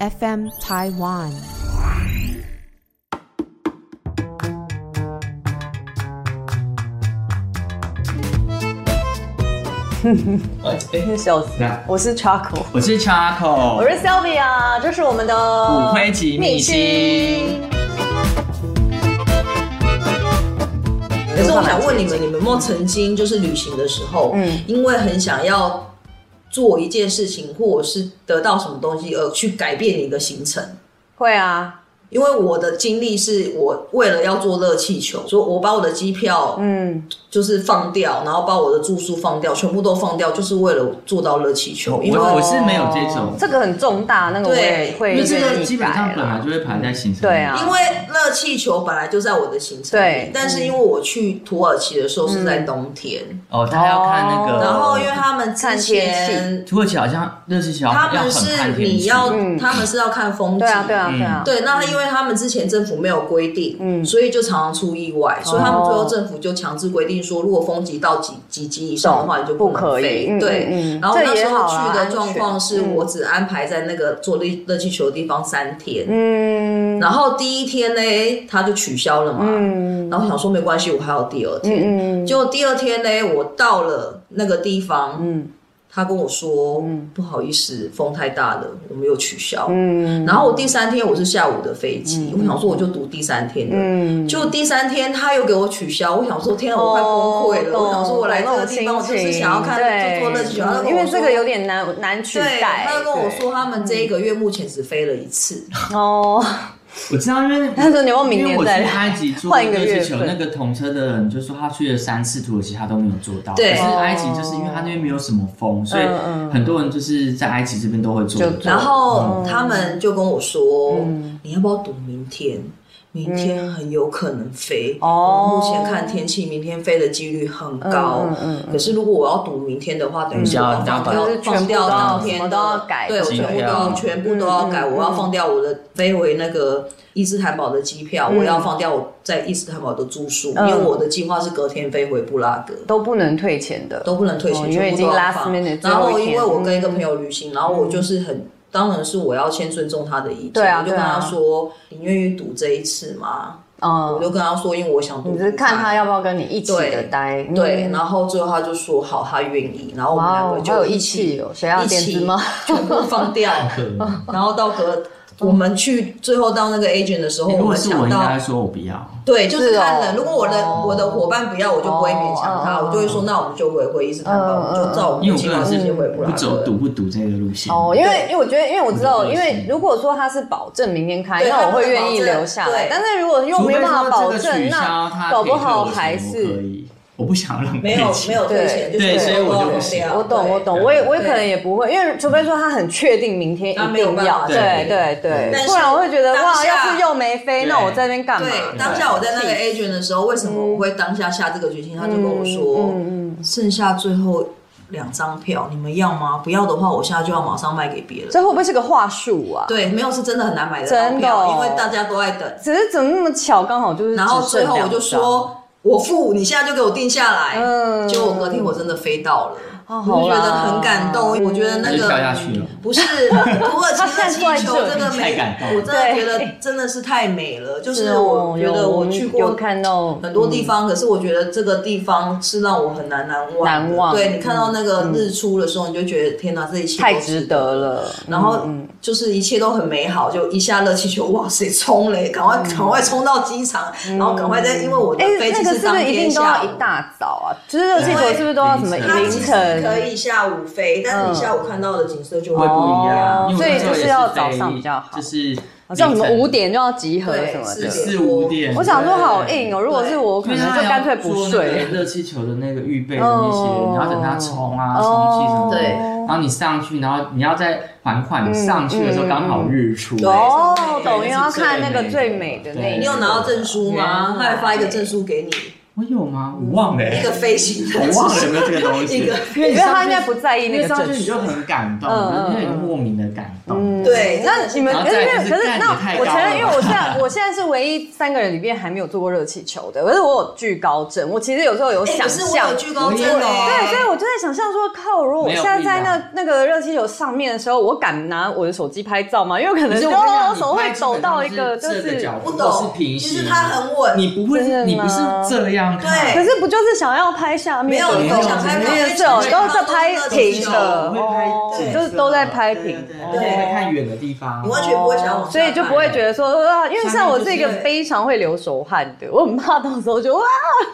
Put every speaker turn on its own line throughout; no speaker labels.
FM Taiwan。
哎哎
笑死
那！
我是 Charco，
我是 Charco，
我是 Sylvia，这是我们的
骨灰级密星。
可是我想问你们，你们有没有曾经就是旅行的时候，
嗯
嗯，因为很想要做一件事情，或者是得到什么东西而去改变你的行程？
会啊，
因为我的经历是我为了要做热气球，所以我把我的机票
嗯，
就是放掉，然后把我的住宿放掉，全部都放掉，就是为了做到热气
哦
球。因为
哦我我是没有这种，
这个很重大，那个我也
对
会
因为这
愿
个
意
基本上
改
本来
啦
就会排在行程。
对啊
因为热气球本来就在我的行程
对
里，但是因为我去土耳其的时候是在冬天，
哦，他要看那个，
哦
然后因为他们之
嗯看天气
前
土耳其好像热气球
他
哦要
们
很
是
看天
你
气，
要
嗯，
他们是要看风景。
对啊，对啊，对啊，
对那因为他们之前政府没有规定，
嗯哦
所以就常常出意外，所以他们最后政府就强制规定说，如果风级到几几级以上的话，你就
不
能
可以
飞。
嗯
对、
嗯嗯
然后那时
这也好啊
候去
安
的
全
状况是
嗯
我只安排在那个坐热热气球的地方三天、
嗯
然后第一天呢，他就取消了嘛，
嗯
然后想说没关系，我还有第二天。
嗯
结果第二天呢，我到了那个地方，
嗯
他跟我说、不好意思，风太大了，我们又取消。
嗯
然后我第三天我是下午的飞机，我想说我就读第三天的，
嗯，
就第三天他又给我取消，我想说天啊，我快崩溃了，
懂
我想说我来这个地方我
哦懂
就是想要看
对
就做热气球，他就跟我
因为这个
说
有点难难取
对，
代。
他就跟我
对嗯
说他们这一个月目前只飞了一次，
哦，
我知道，因为
但是你要明
因为
年
我去
再来
埃及做
换一个
热气
月
球，
份
那个同车的人就说他去了三次土耳其，他都没有做到。
对
可是埃及就是因为他那边没有什么风，所以
嗯嗯
很多人就是在埃及这边都会做
就
得
做
到。
然后
嗯
他们就跟我说，你要不要赌明天？明天很有可能飞。
哦
我目前看天气，明天飞的几率很高。
嗯嗯嗯
可是如果我要赌明天的话，等于是
就
我
嗯要
要放掉
就是全
放
部都要
掉当天
什
的
么都要改
对，我
机
全部都
票
要全部都要改。
嗯嗯嗯
我要放掉我的飞回那个伊斯坦堡的机票，我要放掉我在伊斯坦堡的住宿，因
嗯
为我的计划是隔天飞回布拉格。
都不能退钱的，
都不能退
哦
钱，
因为
全
已
部
经
都要
last
放。
minute 最
然
后
后
一天嗯
因为我跟一个朋友旅行，然后我就是很，当然是我要先尊重他的意见，
对啊
我就跟
对啊
他说，你愿意赌这一次吗？我
嗯，
就跟他说，因为我想赌赌，
你是看他。要不要跟你一起
对
的待，嗯
对，然后最后他就说好，他愿意，然后我们
哇
两
哦
个，
好有
就
义
一
气
起
哦！谁要
一
点
起
子吗？
全部放掉， 然后到隔我们去最后到那个 agent 的时候，
如
我
果
们
是我，
想
应
到
该说我不要。
对，就是看
是哦
人。如果我的
哦
我的伙伴不要，我就不会勉强他，
哦
我就会说那我们就回回伊斯坦堡，
嗯
我们就照我
因
们
为
的
我个
计划
人
直接
是
回布拉
不
格
走。赌不赌这个路线。
哦，因为
对
因为我觉得，因为我知道，
我觉得
因为
是
如果说他是保证明天开，
对
那我
他不
会
能
愿意
保证
留下来。
对
但是如果又
除
没
非
办法保
说这个
证，
取消，
那
他
搞不
可以退
好
我钱
还
我可
是
以，我不想浪费
没有
钱
没 有退
对
钱，就是哦
对所以我就不行
全部都
我懂，
对
我懂，
对
我也我也
对
可能也不会，因为除非说他很确定明天
他
一
没有
定
办
要，
法
对对
但
对，
是
不然我会觉得
当
哇，
下
要是又没飞，
对
那我在那边干嘛？
对，当下我在那个
气
agent 的时候，为什么我会当下下这个决心？他就跟我说，
嗯嗯嗯，
剩下最后两张票，你们要吗？不要的话，我现在就要马上卖给别人。
这会不会是个话术啊？
对，没有是真的很难买得到
真的哦
票，因为大家都在等。
只是怎么那么巧，刚好就是
然后
只
最
剩
后我
两
就
张，
说，我付，你现在就给我定下来。
嗯
结果隔天我真的飞到了，
哦
我
好
就
啦
觉得很感动。我觉得那
就
个嗯
跳下去了。
不是土耳其的气球，真 的
太
美
感动，了
我真的觉得真的是太美了。就是我觉
哦
得
有
我去过
有看嗯到
很多地方，可是我觉得这个地方是让我很难难忘的。
难忘嗯
对你看到那个日出的时候，你就觉得天哪，这一切
太
都
值
是。
得了。
然
嗯
后就是一切都很美好，就一下热气球，哇塞，冲嘞，赶快
嗯
赶快冲到机场，然后赶快再，因为我的
哎，
飞
那
机
个是
当
不是一
天
定都
下
要
午
一大早啊？就是热气球是不是都要什么
它
它
凌
其实
晨？
可以下午飞，但是你下午看到的景色就
会
会不一样。
哦
不一样，因
所以
为我那时候
就是
也
要
飞
早上比较好
就是好
像什么五点就要集合什么
对
的。
是
四五点，
我想说好硬哦，如果是我，我
因
可
为
能
他
就干脆不睡。
热气球的那个预备的那些，
哦
你要等它冲啊，充气什么的。
对
然后你上去，然后你要再缓缓上去的时候，
嗯嗯
刚好日出。
对
哦，
对
懂，因为要
是最
看那个
美的
最美的那一
对
你有拿到证书吗？
原来
他还发一个证书给你，
我有吗？我忘了，
一个飞 行的，
我忘了有没有这个东西。
一个
因为
因为他应该不在意
因
那
为
个
上
证
去你
书
就。很感动，
嗯嗯
有点莫名的感动。
对，
那你们
然后
可
再
是因
来就
为
是
可是
干
那
也太
我承
高
认，
了
因为我现在我现在是唯一三个人里面还没有做过热气球的，可是我有惧高症，我其实有时候有
哎可
想
是我有
象。
惧
我
高症
也有
哎
对，所以我就在想象说，靠，如果我
啊没有
现在在
不一样
那那个热气球上面的时候，我敢拿我的手机拍照吗？因为可能
可是
就
我跟你讲
手会抖到一个，
你
就
拍基本上是这个
是
角度是
不懂，
平
其
行，
实它很稳，
你不会
真
是
的
你不是
吗
这样看，
对
可是不就是想要拍下面的吗？
没
有你想拍
里面
拍
是有
全
都
场
是
都是
拍
热气
平
球
的，
我会拍
哦
景色
就是都在拍平
对，
哦
对对，看远的地方，
你完全不会想要往下
所以就不会觉得说，啊，因为像我是一个
下面就是
非常会流手汗的，我很怕到时候就哇，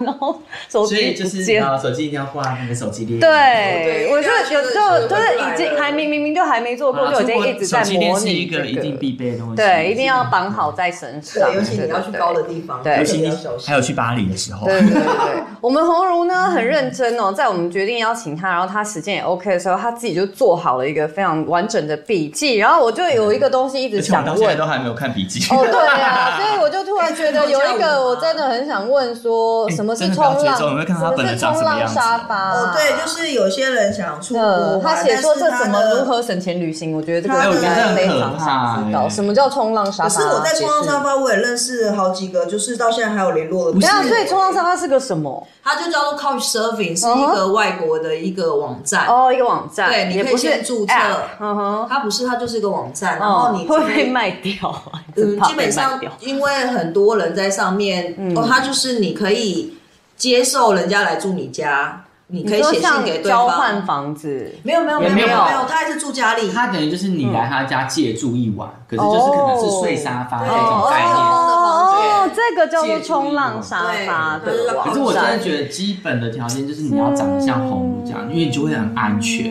然后手
所以
机
就
不
是
见。
啊，手机一定要挂你的手机链，啊
对，
对
我就有
因为
就
它
就
就是是
已经还明明明就还没做过，
啊，
就已
出
经
国
一直在
手机链
模
是一
拟
个一定必
这个。
备的东西，
对，一定要绑好在身上。
对，尤其你要去高的地方，
对
尤
特
其
别
你
要小心
还。有去巴黎的时候，
对对对对，我们红茹呢很
嗯
认真哦，在我们决定邀请她，然后她时间也 OK 的时候，她自己就做好了一个非常完整的笔记。然后我就有一
嗯
个东西一直
而且我
想
们到现在
问，
都还没有看笔记。
哦，对啊， 所以我就突然觉得有一个我真的很想问，说
哎
什么是
真
冲
的不要
浪？
追踪你会看他
什
本
么是
人长
冲
什么样子
浪沙发啊？
哦，对，就是有些人想出国
嗯，
玩，
他写说这
但是
怎
他
么
的
如何省钱旅行，我觉得这
哎
个
我
应
觉得
该
很
非
可
常想知
怕
道
哎
什么叫冲浪沙
可
发。
是我在冲浪沙
发，
发，我也认识好几个，就是到现在还有联络的朋
对
友。
啊，所以冲浪沙发是个什么？
它就叫做 Couch Surfing，是一个外国的一个网站。
哦，一个网站，
对，你
也
可以
不是
先注册。
app 嗯哼，
它不是，它就是一个网站，然后
哦，
你
会不
这边
会卖掉啊？
嗯，
怕
基本
被卖
上
掉嗯
因为很多人在上面，哦，它就是你可以接受人家来住你家，你可以写
你说
信
像
给对
交换
方。
房子，
没有没有
也
没有
没
没
有
有没有，他还是住家里。
他等于就是你来他家借住一晚，可是就是可能是睡沙发这种概念。
哦
哦，这个叫做冲浪沙发
对
的网站。
可是我真的觉得基本的条件就是你要长得像红这样，因为你就会很安全。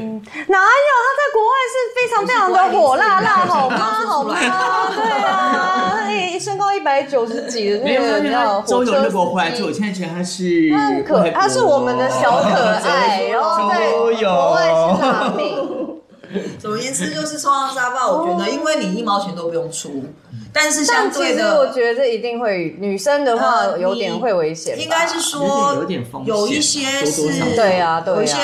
哪有他在国外是非常非常的火辣辣，好吗？好吗？对啊，一身高一百九十几的
没
那
有，
个，
因
你
为
知道
他周
火
游
车
列国回来之后，我
司机。
现在觉得他是
他很可，他是我们的小可爱，然后在国
周游
外是大饼。
总而言之，就是冲浪沙发，我觉得，因为你一毛钱都不用出，但是
哦但
相
其
对
实我
的，
觉得这一定会，女生的话
呃
有点
你
会危险吧，
应该是说
有点风险
有一些
多多少
是，
少
对啊对啊
有一些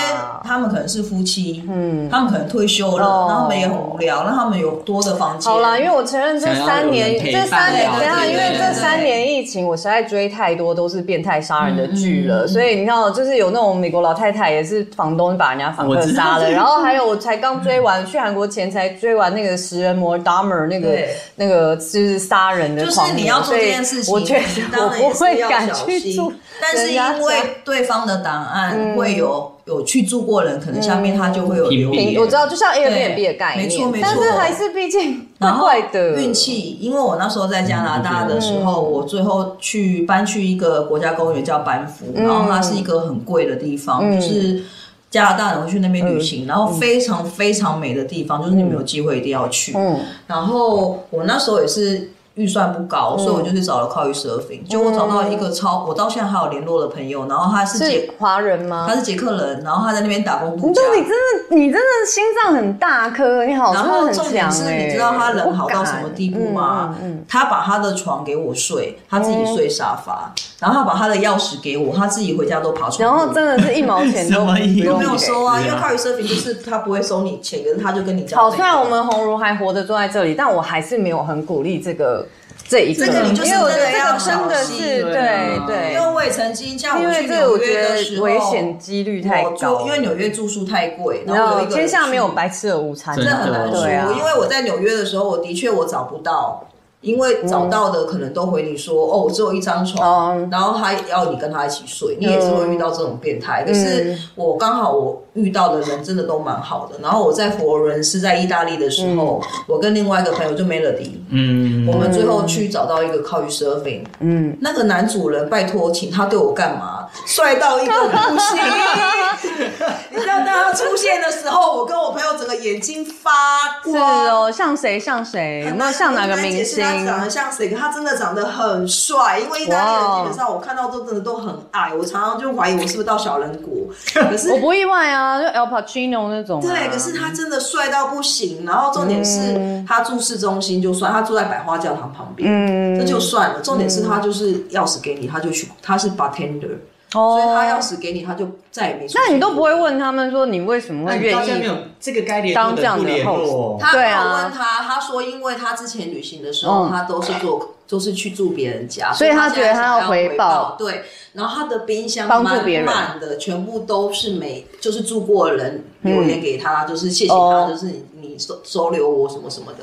他们可能是夫妻，
嗯
嗯，他们可能退休
哦
了，然后他们也很无聊，那他们有多的房间，
好啦，因为我承认这三年，
想要有人陪
这
伴
三年，
聊
等一下，
对
因为
对
这
对
三年疫情，我实在追太多都是变态杀人的剧
嗯
了，所以你看哦，就是有那种美国老太太也是房东把人家房客
我知道
杀了，然后还有我才刚追完去韩国前才追完那个食人魔 Dahmer 那个
对
那个就是杀人的
就是
狂魔，
你要做这件事情，
所以我觉
你
得
当
我
然
不
也是
会
要
敢
小
去
心
住，
但是
人家
因为
家嗯
对方的档案会有有去住过人，可能下面他就会有留
屏蔽
言。
我知道，就像 Airbnb 的概
没错
念
没，
但是
错
还是毕竟怪
然后
怪的嗯
运气，因为我那时候在加拿大的时候，我最后去搬去一个国家公园叫班夫，
嗯
然后它是一个很贵的地方，就是加拿大人会去那边旅
嗯
行，然后非常非常美的地方，就是你们有机会一定要去。
嗯
然后我那时候也是预算不高，所以我就是找了靠 o u
嗯
surfing，就我找到一个超，我到现在还有联络的朋友，然后他是
是
捷，
华人吗？
他是捷克人，然后他在那边打工度
你
假
知。道你真的，你真的心脏很大颗，你好，
然
哦真的
后
很
重点
强
是，
欸
你知道他人好
我
到
敢
什么地步吗？
嗯嗯嗯
他把他的床给我睡，他自己睡沙发，然后他把他的钥匙给我，他自己回家都爬
然
床
后
铺。
真的是一毛钱都
什
不
么意思
用
没有
给
收啊，
对啊
因为靠 o u surfing 就是他不会收你钱，可是他就跟你交。
好，虽然我们红茹还活着坐在这里，但我还是没有很鼓励这个这一个，
这个你就是
因为我觉得
真的
这
要
个真的
小心
是
对
对
啊
因为
对，
我也曾经像
因
我
为
去
这个我觉
纽约的
得
时候，
危险几率太
我
高
住，因为纽约住宿太贵，
你知
然后
道
有一个
天下没有
人去
白吃的午餐，
真
真的很难
的
说。
对啊，
因为我在纽约的时候，我的确我找不到，因为找到的可能都回你说，哦，我只有一张床，
哦
然后他要你跟他一起睡，你也是会遇到这种变态。可是我刚好我遇到的人真的都蛮好的。然后我在佛罗伦斯，在意大利的时候，我跟另外一个朋友就 Melody，
嗯，
我们最后去找到一个靠 o u surfing，嗯，那个男主人拜托，请他对我干嘛？帅到一个不行！ 你知道，当他出现的时候，我跟我朋友整个眼睛发
是
光。
哦，像谁像谁，有没有像哪个明星？
很难解释他长得像谁？可他真的长得很帅，因为意大利
哇哦
人基本上我看到都真的都很矮，我常常就怀疑我是不是到小人国。可是
我不意外啊，就 El Pacino 那种啊。
对，可是他真的帅到不行。然后重点是
嗯
他住市中心就算，他住在百花教堂旁边，
嗯
这就算了。重点是他就是钥匙给你，他就去，他是 bartender，、
哦
所以他钥匙给你，他就再也没出现。
那你都不会问他们说你为什么会
到
愿
现在没
意？
有这个该联络
当这
的
样
不
的
联
host
络，
他
对
没
啊
有问他，他说，因为他之前旅行的时候，
嗯
他都是做，都是去住别人家，
所以他
现
觉
在
得他
想
要
要
回
回
报
对。然后他的冰箱
帮助
满
别人
满的，全部都是每就是住过的人留言给他，就是谢谢他，
哦
就是你你收收留我什么什么的。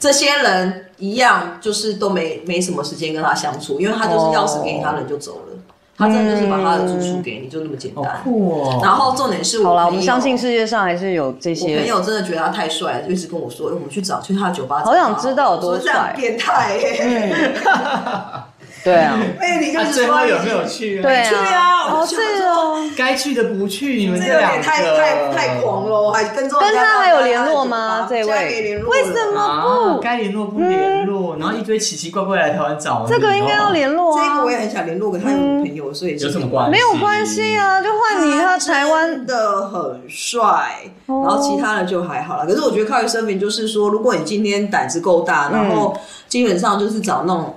这些人一样，就是都没没什么时间跟他相处，因为他就是
哦
钥匙给他人就走了，他真的就是把他的住宿给你，就那么简
好
单。
酷哦！
然后重点是我
好啦，我
朋
们
友
相信世界上还是有这
我朋
些。
友真的觉得他太帅了，就一直跟我说：“哎、我们去找去他的酒吧。”
好想知道有多帅嗯啊
我说这样变态耶、
对啊，
哎、你开
啊
始
最
说
后有没有去？
对
去啊
哦，
我就
这个哦，
该去的不去，你们
这有
两
点
个
太太太狂了，还跟踪人
跟
家
他
到
还有
他的
联络
酒
吗
吧？
这
现在没
位
联络
为
了
什么
啊
不？
该联络不联络，然后一堆奇奇怪怪来台湾找你
嗯这个应该要联络
这
啊
个我，也很想联络，可他有
嗯
女朋友，所以
有什么关系？
没有关系。啊，就换你他台湾
真的很帅，
哦
然后其他的就还好了。可是我觉得靠于声明就是说，如果你今天胆子够大，然
嗯
后基本上就是找那种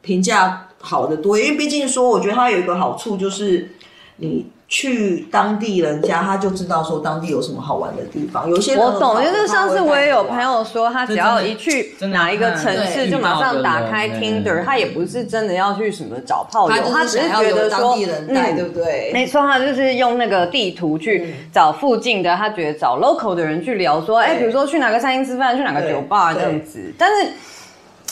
评价好的多，因为毕竟说，我觉得它有一个好处就是你。去当地人家，他就知道说当地有什么好玩的地方。有些人
我
很好
懂，就是上次我也有朋，友说，他只要
这真的
一去
真的
哪一个城市，
对
就马上打开
遇到的嗯人
Tinder，他也不是真的要去什么找炮
他
友，他
就
只
是
是
想要
觉
有
得
当
说
地，人带，对
嗯，
不对？嗯
没错，他就是用那个地图去找附近的，他觉得找 local 的人去聊，说，哎，
对
比如说去哪个餐厅吃饭，去哪个
对
酒吧这
对
样子，但是。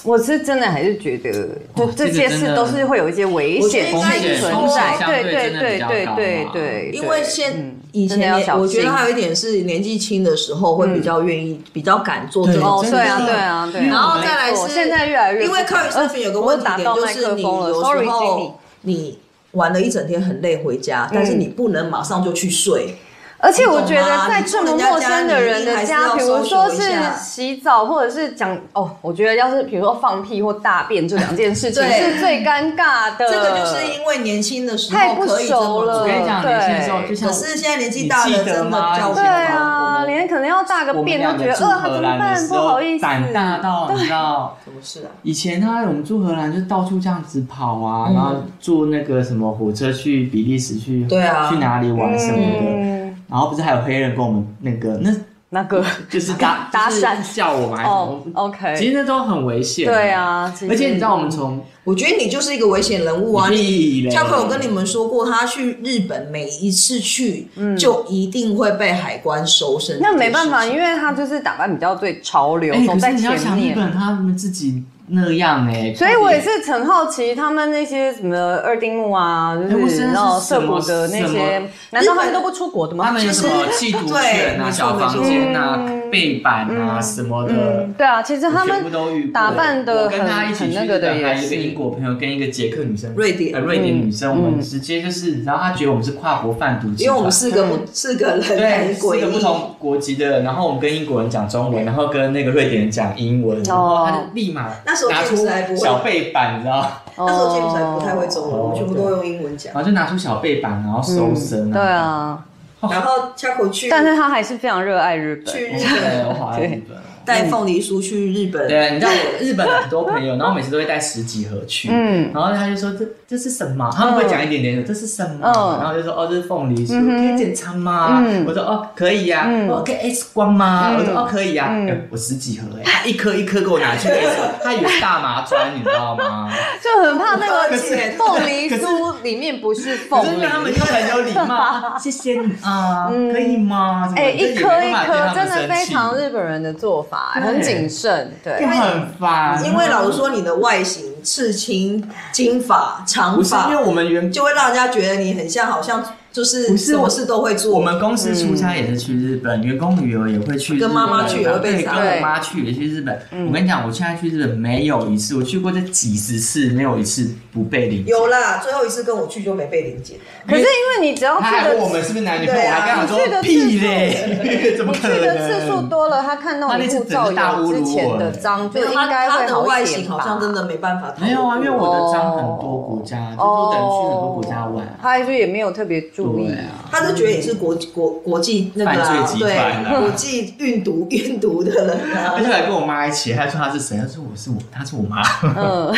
我是真的还是觉得，就
这
这
个
些
真
事
的
都是会有一些危
我
险
觉得应该
性
也
存
风险
在，
相
对
对
对
真的
对
比较
对
高啊
对
嘛
对，
因为
对
现
嗯
以前
真的要
年
小
我觉得
心
还有一点是年纪轻的时候会比较愿意、比较敢做这
对
种
哦，
事
真
对
情。
的
啊，对啊，对啊。
然
后再来是
我现在越来越
因
不
为
敢，
靠于 surfing 有个问题
呃我打
点
到
就
麦
是
克
你
风了
有
，sorry，
时
经理
候。你玩了一整天很累回家，
嗯
但是你不能马上就去睡。
而且我觉得在这么陌生的人的家，比
你住
如
人家家
说
你一
是
定还是要
洗澡或者是讲哦，我觉得要是比如说放屁或大便这两件事情
对
是最尴尬的。
这个就是因为年轻的时
呃太
候
不
可以这
熟
么
了
我
做，
跟你讲，
对
年轻的时候就像
可
我
是现在年纪大了，
你记
真
得
的
吗
比较
对啊，
我
连可能要大个
我们
便
两
都
个
觉得，
住
呃，他
荷
怎么
兰的
办？
时
不好
候
意，思。啊
胆大到你知道。
什么事啊？
以前呢，我们住荷兰就到处这样子跑啊，
嗯
然后坐那个什么火车去比利时去，
对啊
去哪里玩什么的。
嗯，
然后不是还有黑人跟我们那个，那
那个
就是搭
搭
就是
讪
叫哎我们还是什
哦
么？其
，OK，
实那都很危险。
对，啊，其实
而且你知道我们从
我觉得你就是一个危险人物啊！
屁
你
嘞
恰克有跟你们说过，他去日本每一次去，就一定会被海关搜身。
嗯那没办法，
这件事情
因为他就是打扮比较最潮流，
哎，
走
可
在
是你要
前
想日
面。
本他们自己那样哎，
所以我也是很好奇，他们那些什么二丁目啊，就
哎我
是
真的是
然后涩谷的那
什么哎
些，难道他们都不出国的吗？
他们有
其
什
实
么缉毒犬啊、
对没错
小房间啊
没错、嗯
背板啊什么的
嗯，，对啊，其实他
全部
们
都遇过
打扮得
我跟他一起
很
去
很那个
日本
的也
还有一
是
个英国朋友跟一个捷克女生，
瑞典
呃瑞典女生，
嗯
我们直接就是，然后他觉得我们是跨国贩毒集团，
因为我们四个
嗯
不四个人
对
很
四
诡
个不
异。
同国籍的，然后我们跟英国人讲中文，然后跟那个瑞典人讲英
哦
文，然后他就立马
那时候
拿
James
出
还不会
小背板，你知道吗，
那
那时候 James 还不太会中文，
哦
我们全部都用英文讲
然。后就拿出小背板，然后搜身，
嗯对，啊，
然后恰克去
但是他还是非常热爱日本。
去日
对，我
本
好爱日本哦。
带凤梨酥去日本，
对，你知道我日本很多朋友，然后每次都会带十几盒去，
嗯
嗯，然后他就说这这是什么？他们会讲一点点，这是什么？
嗯
然后就说哦，这是凤梨酥，
嗯哼
可以检查吗？
嗯
我说哦，可以呀、
嗯
我可以 X 光吗？
嗯
我说哦，可以呀、
嗯
哎我十几盒哎、他一颗一颗给我拿去 X 光，他以为大麻砖，你知道吗？
就很怕那个
可是
凤梨酥里面不是
可
凤
是
梨，
他们就很有礼貌，啊 谢谢你啊，可以吗？什么的
嗯哎，一
就也
颗
没
一
办法
颗，
对他
真
们
的非
生气
常日本人的做法，
对
很谨慎，
就
对。
很烦，
因为老实说，你的外形、刺青、金发、长
不是因为
发，
我们原
就会让人家觉得你很像，好像就是
不是
什么
我
事都会做。
我们公司出差也是去日本，员工旅游也会去日本，啊
跟妈妈去也会被
对，
砸
跟我妈去也去日本。
嗯
我跟你讲，我现在去日本没有一次，我去过这几十次，没有一次不被领。
有啦，最后一次跟我去就没被理解。
可是因为你只要
他
去
还
的
问我们是不是男女朋友，
对
我
啊
还跟他
你去
说
的次数
屁 嘞，怎么
你
可
哦去
能？
的次数多了，他看到你护照有之前的
欸
章，就应该
他
会
的
好
外
一
形
点吧
好像真的没办法。
没有啊，因为我的章很多国家，就是我等于去很多国家玩啊
哦。他还是也没有特别注意
对。啊，
他就觉得你是国国国际那个
犯
啊
罪，集团啊
对，国际运毒运毒的人
他
啊。
就来跟我妈一起，他说他是谁？他说我是我，他是我妈，
嗯，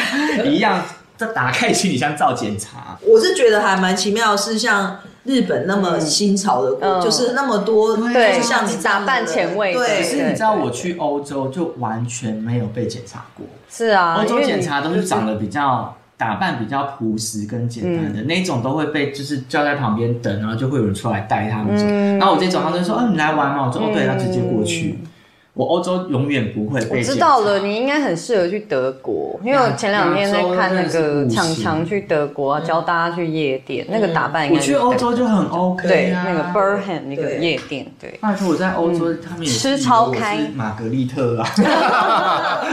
一样。这打开行李箱照检查，
我是觉得还蛮奇妙，是像日本那么新潮的国，
嗯
就是那么多
对
就是像你这样
打
的
扮前卫的
可
对
是你知道我去欧洲就完全没有被检查过，
是啊，
欧
因
洲
为
检
你
查都是长得比较打扮比较朴实跟简单
嗯
的、那种，都会被就是叫在旁边等，然后就会有人出来带他们走。
嗯
然后我这种，他们就说：“哦、你来玩嘛。”我说：“哦，对，他直接过去。我欧洲永远不会被
我
检查啊
知道了，你应该很适合去德国，因为我前两天在看那个强强去德国、啊，教大家去夜店，那个打扮应
啊我
该是
去欧洲就很 OK
对
啊，
那个 Berham 那个
对
夜店，对，
拜托，我在欧洲，他们也
吃
是
超开
以为我是玛格丽特 啊，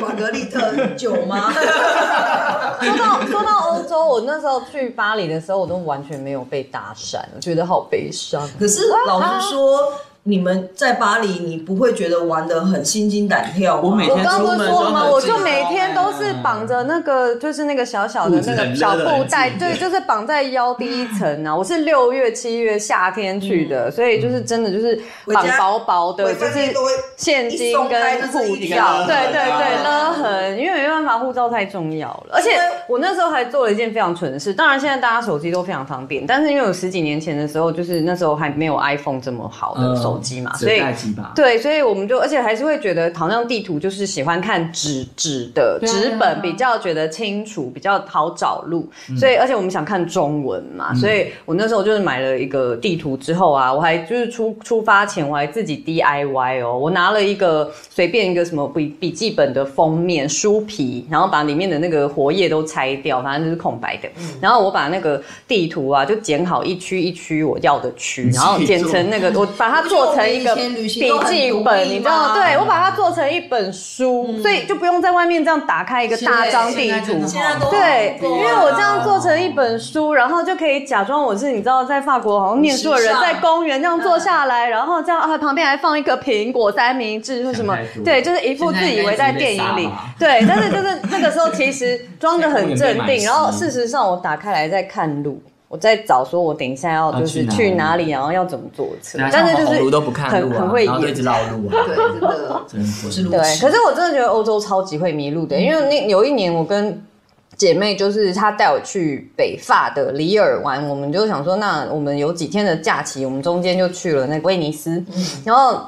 玛格丽特酒吗？
说到说到欧洲，我那时候去巴黎的时候，我都完全没有被搭讪，我觉得好悲伤。
可是老实说，你们在巴黎，你不会觉得玩的很心惊胆跳吗？
我每
我
天
刚刚不是说了吗？
出门都
我
很啊
就每天都是绑着那个，就是那个小小的那个小布带，
裤子很热
对，就是绑在腰第一层啊。我是六月、七月夏天去的，所以就是真的就是绑薄薄的，
嗯回
就
家
是
都会
现金跟护
一松开就是一个
照，
勒痕
对对对，勒
啊
痕，因为没办法，护照太重要了。而且我那时候还做了一件非常蠢的事，当然现在大家手机都非常方便，但是因为我十几年前的时候，就是那时候还没有 iPhone 这么好的手机嘛，所以
折嗯带机吧，
对，所以我们就，而且还是会觉得，好像地图就是喜欢看纸纸的
啊
纸本，比较觉得清楚，比较好找路。所以，而且我们想看中文嘛，嗯所以我那时候就是买了一个地图之后啊，我还就是出出发前，我还自己 DIY 哦，我拿了一个随便一个什么笔笔记本的封面书皮，然后把里面的那个活页都拆掉，反正就是空白的。嗯然后我把那个地图啊，就剪好一区一区我要的区，然后
自己
剪
做
成那个我把它。把它做成一个
我觉得我们
笔
以前旅行都很
记
独
本，
立
你知道？
嘛
对，我把它做成一本书，所以就不用在外面这样打开一个大张地
现在真
图
的。
现在都
对，
好多啊
因为我这样做成一本书，然后就可以假装我是你知道在法国好像念书的
时
人，
尚嗯
在公园这样坐下来，然后这样啊旁边还放一个苹果三明治或什么
想太，多
对，就是一副自以为在电影里
现在应该一直被杀吧，
对，但是就是那个时候其实装的很镇
公园被
定，
买
然后
吃
事实上我打开来在看路。我在找，说我等一下要
要
就是
去哪
啊去
里
哪里，然后要怎么坐车
对啊，，
但是
像
就
我
是
红路都不看路
很
啊，
很会
然后就一
演
直绕路啊，
对，
真的
真的。我是路
对，
痴
可是我真的觉得欧洲超级会迷路
嗯
的，因为那有一年我跟姐妹就是她带我去北法的里尔玩，我们就想说，那我们有几天的假期，我们中间就去了那个威尼斯，然后。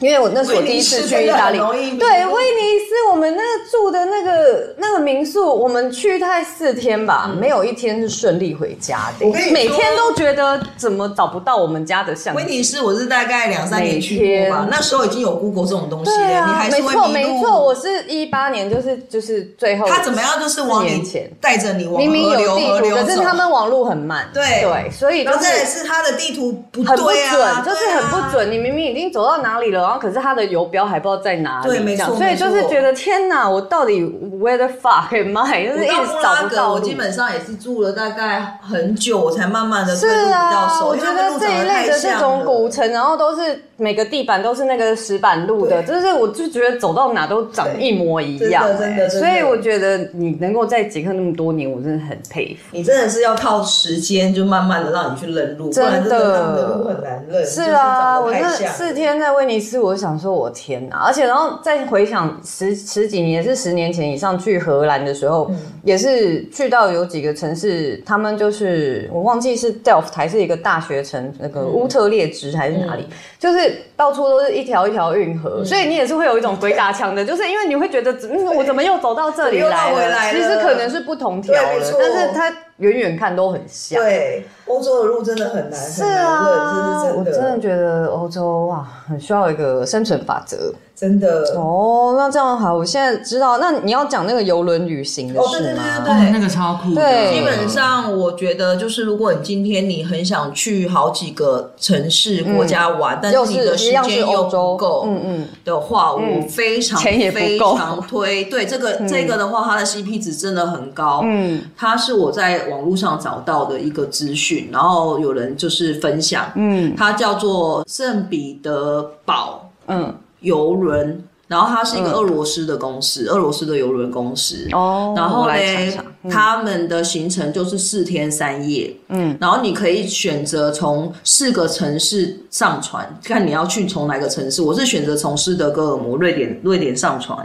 因为我那是我第一次去意大利，
嗯威尼斯真的很容易迷路
对威尼斯，我们那个住的那个那个民宿，我们去大概四天吧，没有一天是顺利回家的
嗯跟你，说
每天都觉得怎么找不到我们家的相机
威。尼斯我是大概两三年去过吧
每天，
那时候已经有 Google 这种东西
对
了，
啊，
你还
没
是会
错
迷
没错，
路。
我是一八年，就是就是最后
他怎么样就是往
四年
你
前
带着你往
明明
河
有
流
地
河
图，
流
可是
走
他们网路很慢，
对
对，所以就
然后再来
是
是他的地图不
很不
对啊，
准，就是很不准。你明明已经走到哪里了，然后可是它的游标还不知道在哪里，
对没错
这样所以就是觉得天哪，我到底 where the fuck am I？就是
对
一
啊。我
直
到布
找
拉
不
格，
到
我
路
基。本上也是住了大概很久，我才慢慢的
是
对路比较
啊，
熟。
我
因
觉
为他
得
们
这
路长
一
得
类
太
的这
像
种
了
古城，然后都是每个地板都是那个石板路的，
对
就是我就觉得走到哪都长
对
一模一样、
真的真的
哎
真
所
的
以我觉得你能够在捷克那么多年，我真的很佩服。
你真的是要靠时间，就慢慢的让你去认路，不
真的
然真的他们的路很难认。
是啊，
就
我
是
那
长得太像
四天在威尼斯，我想说，我天哪！而且然后再回想十十几年，也是十年前以上去荷兰的时候，
嗯
也是去到有几个城市，他们就是我忘记是 Delft 还是一个大学城，那
嗯
个乌特列支还是哪里，就是到处都是一条一条运河，
嗯
所以你也是会有一种鬼打墙 的，就是因为你会觉得，嗯，我怎么又走到这里
又绕
来
回
了？
来了
其实可能是不同条
对没
的
错，
但是它远远看都很像。
对欧洲的路真的很难，
是
很难
啊，
认，
我真
这是
的
真的，
觉得欧洲哇，很需要一个生存法则
真的。
哦。那这样好，我现在知道。那你要讲那个游轮旅行的
哦对
事吗？
对对对
哇，那个超酷的，
对
基本上，我觉得就是，如果你今天你很想去好几个城市、国家玩，但
又
是你的
嗯是
时
一样
间
是
又
欧洲
不，够，
嗯嗯，
的话，我非常
钱也
非
不够嗯
常推。对这个这个的话，它的 CP 值真的很高。嗯，它是我在网络上找到的一个资讯，然后有人就是分享，嗯，它叫做圣彼得堡
嗯
游轮。然后它是一个俄罗斯的公司，俄罗斯的游轮公司。
哦
然后
我
呢
来查嗯一查，
他们的行程就是四天三夜。嗯，然后你可以选择从四个城市上船，看你要去从哪个城市。我是选择从斯德哥尔摩、瑞典、瑞典上船。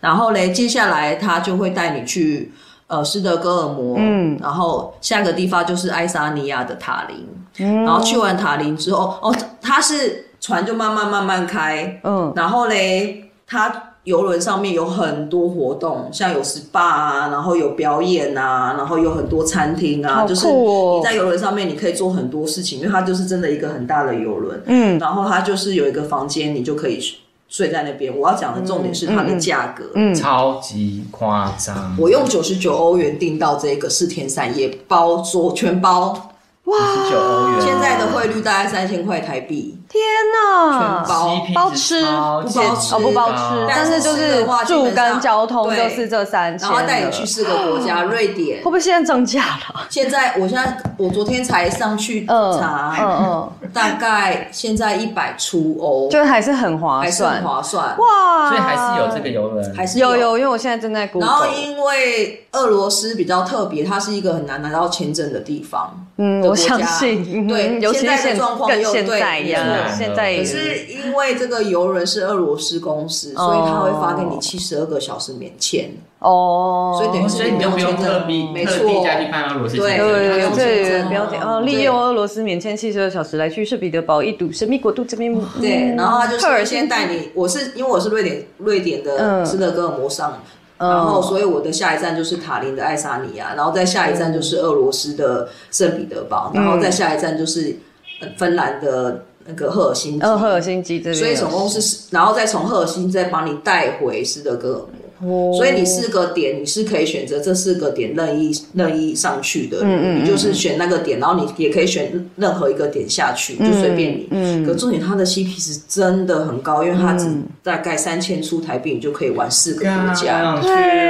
然后嘞，接下来他就会带你去呃斯德哥尔摩，嗯，然后下个地方就是爱沙尼亚的塔林，嗯、然后去完塔林之后，哦，它是船就慢慢慢慢开，
嗯
然后嘞，它游轮上面有很多活动，像有 SPA 啊，然后有表演啊，然后有很多餐厅啊，
好
就是
酷哦
你在游轮上面你可以做很多事情，因为它就是真的一个很大的游轮，
嗯
然后它就是有一个房间，你就可以睡在那边。我要讲的重点是它的价格，
嗯
超级夸张。
我用九十九欧元订到这个四天三夜包桌全包，
十九欧元，
现在的汇率大概三千块台币，
天
全包
哪！
CP
包吃
值超
不
级
包吃
高
哦，不包吃，但是就
吃
是
的话基
住
本上
跟交通
对
就是这三千
然
了。
后带你去四个国 家，瑞典
会不。会现在涨价了？
现在我现在我昨天才上去
嗯
查，
嗯嗯，
大概现在一百出欧，
就还是很划
还是
算。
很划算，
哇！
所以还是有这个游轮，
还是
有有，因为我现在正在 Google。
然后因为俄罗斯比较特别，它是一个很难拿到签证的地方。
嗯，
的
我
国家
相信，
对
嗯尤其是
现在的
现
状况
更
又
现
对
在呀，
是
现在也
可是因为这个游轮是俄罗斯公司，所以他会发给你七十二个小时免签。
哦，
所以等于
所以你就不用特地
没错
特地再去办俄罗斯签
对
证。
对对对，
不用签
这
证
不要紧
哦
哦。利用俄罗斯免签七十二小时来去圣彼得堡一睹神秘国度这边。
对，然后他就
赫嗯尔辛
是
基
先带你，我是因为我是瑞典瑞典的
嗯
斯德哥尔摩上，
嗯
然后所以我的下一站就是塔林的爱沙尼亚，然后再下一站就是俄罗斯的圣彼得堡，
嗯
然后再下一站就是呃芬兰的那个赫尔辛基，
呃，赫尔辛基这边有，
所以总共是十，然后再从赫尔辛基再把你带回斯德哥尔摩。
哦，
所以你四个点，你是可以选择这四个点任意任意上
嗯
去的，你就是选那个点，然后你也可以选任何一个点下去，就随便你。
嗯
可重点它的 CP 值真的很高，因为它只大概三千出台币，你就可以玩四个国家。
对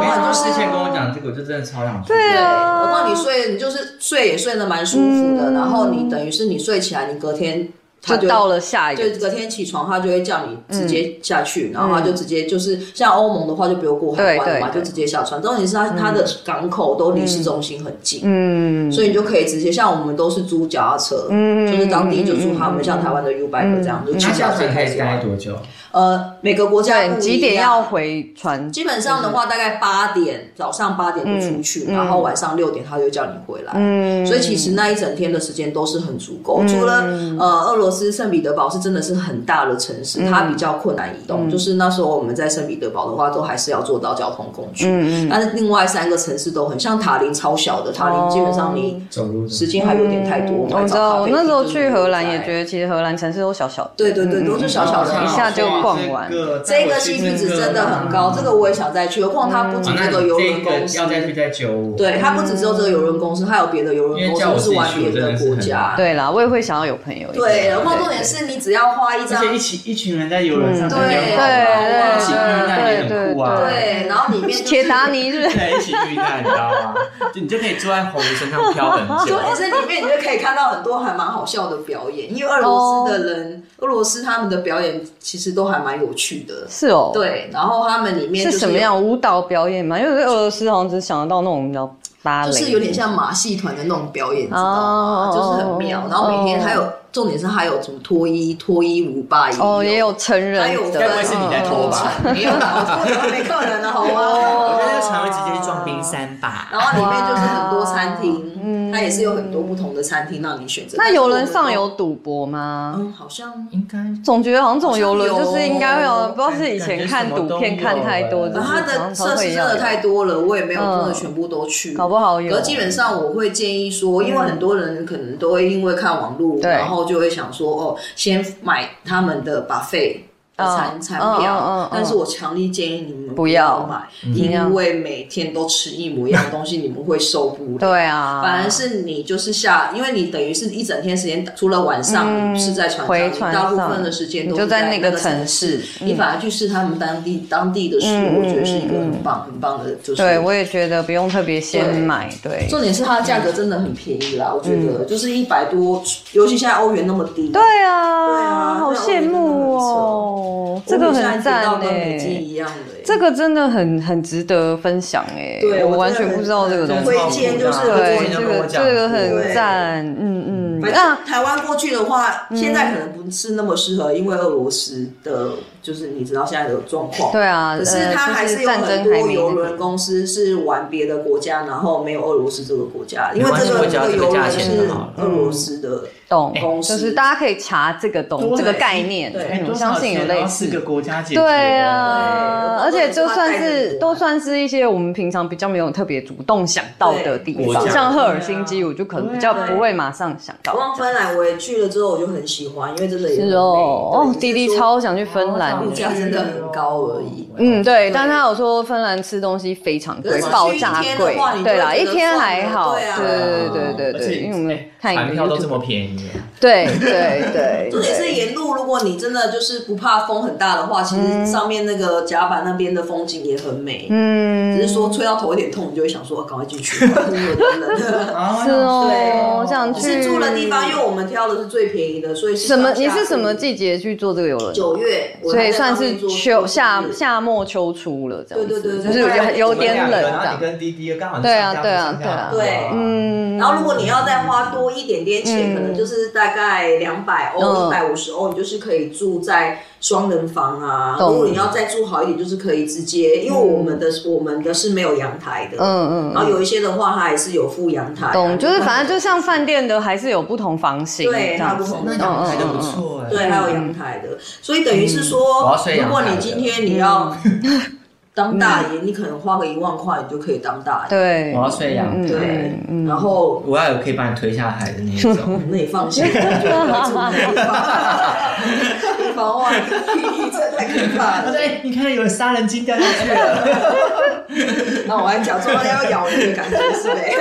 我跟你说，之前跟我讲这个，我就真的超想去。
对啊
我帮你睡，你就是睡也睡得蛮舒服的，然后你等于是你睡起来，你隔天它
嗯就到了下一
就
个。
隔天起床，他就会叫你直
嗯
接下去，然后他就直接就是像欧盟的话，就不用过海关了嘛，
对对对
就直接下船。重点是他他的港口都离市中心很近，
嗯，
所以你就可以直接像我们都是租脚踏车，就是当地就租
嗯
他们像台湾的 U bike 这样，就
那
骑脚
下
踏车
船可以待
开始。
多久？
呃，每个国家
对，
不
几
一
点要
样。
回船？
基本
嗯
上的话，大概八点早上八点就出去，然后晚上六点他就叫你回来。
嗯，
所以其实那一整天的时间都是很足够。除了呃，俄罗斯圣彼得堡是真的是很大的城市，
嗯
它比较困难移动。就是那时候我们在圣彼得堡的话，都还是要坐到交通工具。
嗯嗯哦
但是另外三个城市都很像塔林，超小的塔林，基本上你
走路
时间还有点太多。
嗯我
买
知
早
道，
咖
我
啡
那时候
就是
去荷兰
在
也觉得，其实荷兰城市都小小的。
对对对，都是小小的
嗯嗯嗯
地
一
方。
下就逛完
这个 CP 值真的很高，这个我也想再去。何况它不止
啊，那
这
你
个游
这
轮
个
公司，
要再去再揪我。
对，它不止只有这个邮轮公司，它有别的邮轮
因为
公
叫我自
司是
己
玩
去
别
我真的是
国
很
家。
对啦，我也会想要有朋友一起。
对，然后重点是你只要花一
而
张，
且一起一群人在游轮上
对
很
对
友好啊，
对
一起遇难也很酷啊。
对
对，然后里面就是
铁达，尼 是不是？
对，一起遇难，你知道吗？就你就可以坐在红鱼身上飘 很久
重。点是里面你就可以看到很多还蛮好笑的表演，因为俄罗斯的人，俄罗斯他们的表演其实都还蛮有趣的。
是哦，，
对，然后他们里面就是是
什么？样舞蹈表演嘛？因为我对俄罗斯好像只想得到那种比较芭蕾，
就是有点像马戏团的那种表演，你知道吗？
哦
就是很妙。然后每天还有，重点是还有什么脱衣、脱衣舞、霸衣
哦，也有成人的，
还有
该不会是你在偷吧
嗯没有啦，我偷没客人了，好
哦
吗？
我觉得那个船会直接撞冰山吧。
然后里面就是很多餐厅，它也是有很多不同的餐厅让你选择。
嗯那游轮上
游，
有赌博吗？
嗯，好像。
应该
总觉得好像这种游轮
好像有
就是应该会有，不知道是以
感
前
觉
看
什么
赌
都
片
有
看太多，
欸
就是常
它啊的
常
设施
会
真
要
的
有
太多了，我也没有真的
嗯
全部都去。
搞不好有
可基本上我会建议说，因为很多人可能都会因为看网络，
对
然后就会想说，哦，先买他们的 buffet 的餐
嗯
餐
嗯嗯
票
嗯。
但是我强烈建议你们
不要
要买，
嗯
因为每天都吃一模一样的东西，你们会受不了。
对啊，
反而是你就是下，因为你等于是一整天时间，除了晚上你是在
嗯
船
回
上，
船
你大部
上
分的时间
你
都
就是在那
那
个
城
城嗯
市，你反而去试他们当地当地的食物，
嗯嗯
我觉得是一个
嗯
很棒很棒的，就是
对我也觉得不用特别先
对
买，对
重点是它的价格真的很便宜啦，我觉得就是一百多，尤其现在欧元那么低，
嗯
对，
对啊，
对啊
好羡慕哦，这个很赞
跟美金
哎。
一样的欸，
这个真的很很值得分享哎、
对
我
我
完
真
全
的很
不知道这个东西。
啊推荐就是
对
对，
你
这
都跟
个
我讲
这个
过
很
对
赞，嗯嗯
反正台湾过去的话，现在可能不是那么适合，因为俄罗斯的，就是你知道现在的状况。
对啊，
可是
呃
它还
就是
有
战
很
争
多
还没
游
那个
轮公司是玩别的国家，然后没有俄罗斯这个国家，因为这
没关系我
个这
只要
个
这个
游
价
轮
钱
是
就好了嗯
俄罗斯的。
懂
公，司
就是大家可以查这个懂
对
这个概念
对，
哎
我相信有类
四
似。
个国家解决
对
对
哦
啊，
我
而且
都
就
怕
算
带着
是
你
都算是一些我们平常比较没有特别主动想到的地
对国
方，
家
像赫尔辛基，我就可能比较
啊对啊
不会马上想到
我。往芬兰我也去了之后，我就很喜欢，因为真的也很
是
美
哦，
对
哦，
只是
弟弟
说哦
超想去芬兰
物
的。
价真的很高而已。
嗯，对，
对
但他有说芬兰吃东西非常
可
贵
是，去
爆炸
一天的
贵
话。你就
对啦，
会
一
觉得
天
算
还
了
好，
对啊
对对对对
而
对，
且
因为我们
哎
看一个
船票都
YouTube
这么便宜，
对对 对，
重点是
对
沿路，如果你真的就是不怕风很大的话，其实上面那个甲板那边的风景也很美。
嗯，
只是说吹到头有点痛，你就会想说啊赶快进去 吧，因为有点冷。
啊
是哦，想
只
去
是住的地方，因为我们挑的是最便宜的，所以是
什么？
上下
你是什么
铺
季节去做这个游轮？
九月，我
所以
还在
算
上面
是
做
秋夏
就是
夏末秋初了，这样子，
对对对对
就是
啊
有有点冷
然
这
后你
样。
跟滴滴刚好
对啊对啊对啊
对
嗯，
然后如果你要再花多一点点钱，可能就是大概两百欧、
嗯
一百五十欧，你就是可以住在双人房啊。
懂嗯
如果你要再住好一点，就是可以直接，因为我们的我们的是没有阳台的，
嗯嗯
然后有一些的话，它还是有附阳台啊，
懂，就是反正就像饭店的，还是有不同房型这
对，它
样
不
子。嗯
同
那阳台就不错哎，
对，还有阳台的，所以等于是
嗯我
说
要，睡阳
如
台
果
的
你今天 你要当大爷，
嗯
你可能花个一万块，你就可以当大爷。
对
我，要睡阳台，
对
嗯，
然后
我要有可以把你推下海的那一 种。
那你放心，我觉得我住那个地方，以防万一，这太可怕
他
了
说。哎，你看有人杀人鲸掉下去了，
那我还假装要咬人的感觉是呗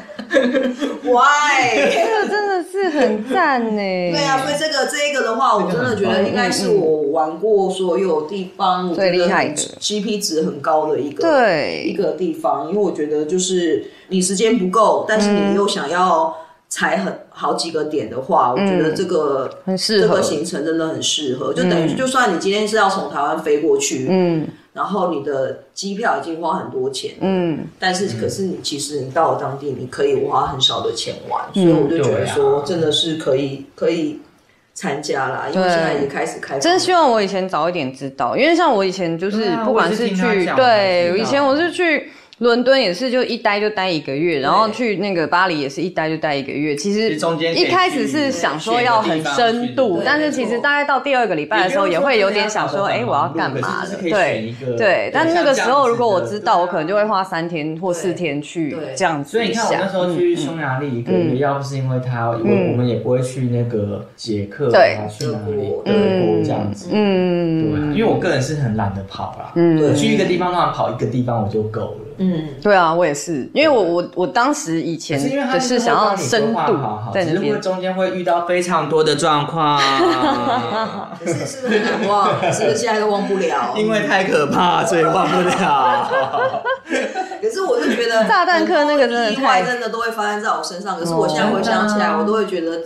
？Why？
这个真的是很赞呢。对
对啊，所以这个这个的嗯话，我真的觉得应该是我玩过所有地方我觉
最
得
厉害的
GP 值很高的一个
对
一个地方，因为我觉得就是你时间不够，但是你又想要踩很好几个点的话，我嗯觉得这个
很适
这
合
个行程真的很适合，就等于就算你今天是要从台湾飞过去，
嗯
然后你的机票已经花很多钱，
嗯，
但是可是你其实你到了当地，你可以花很少的钱玩，
嗯
所以我就觉得说真的是可以可以参加啦，因
啊
为
对
现在也开始开放，
真希望我以前早一点知道，因为像我以前就
对
是
啊
不管是去
我也是听他讲我才知
对，
道
以前我是去伦敦也是就一待就待一个月，然后去那个巴黎也是一待就待一个月。其
其
实
实中间可以
一开始是想说要很深度
去，
但是其实大概到第二个礼拜的时候也会有点想说，哎，我要干嘛了？对。，对，但那个时候如果我知道，我可能就会花三天或四天去
对
这样
所
子嗯
以你看，我那
想
时。候去匈牙利一个月，要不是因为他，我
嗯
我们也不会去那个捷克
对
啊，去哪里
德国，
德国这样子。对啊，
嗯，
因为我个人是很懒得跑啦，我去一个地方，通常跑一个地方我就够了。
嗯。
对啊，我也是，因为我我我当时以前
是因为他
只是想要深度在
只是
那
会
边。
中间会遇到非常多的状况，
可是是不是很难忘？啊是不是现在都忘不了？
因为太可怕，所以忘不了。
可是我就觉得
炸弹客那个真的
意外
太……
真的都会发生在我身上。可是我现在回想起
嗯
来，我都会觉得，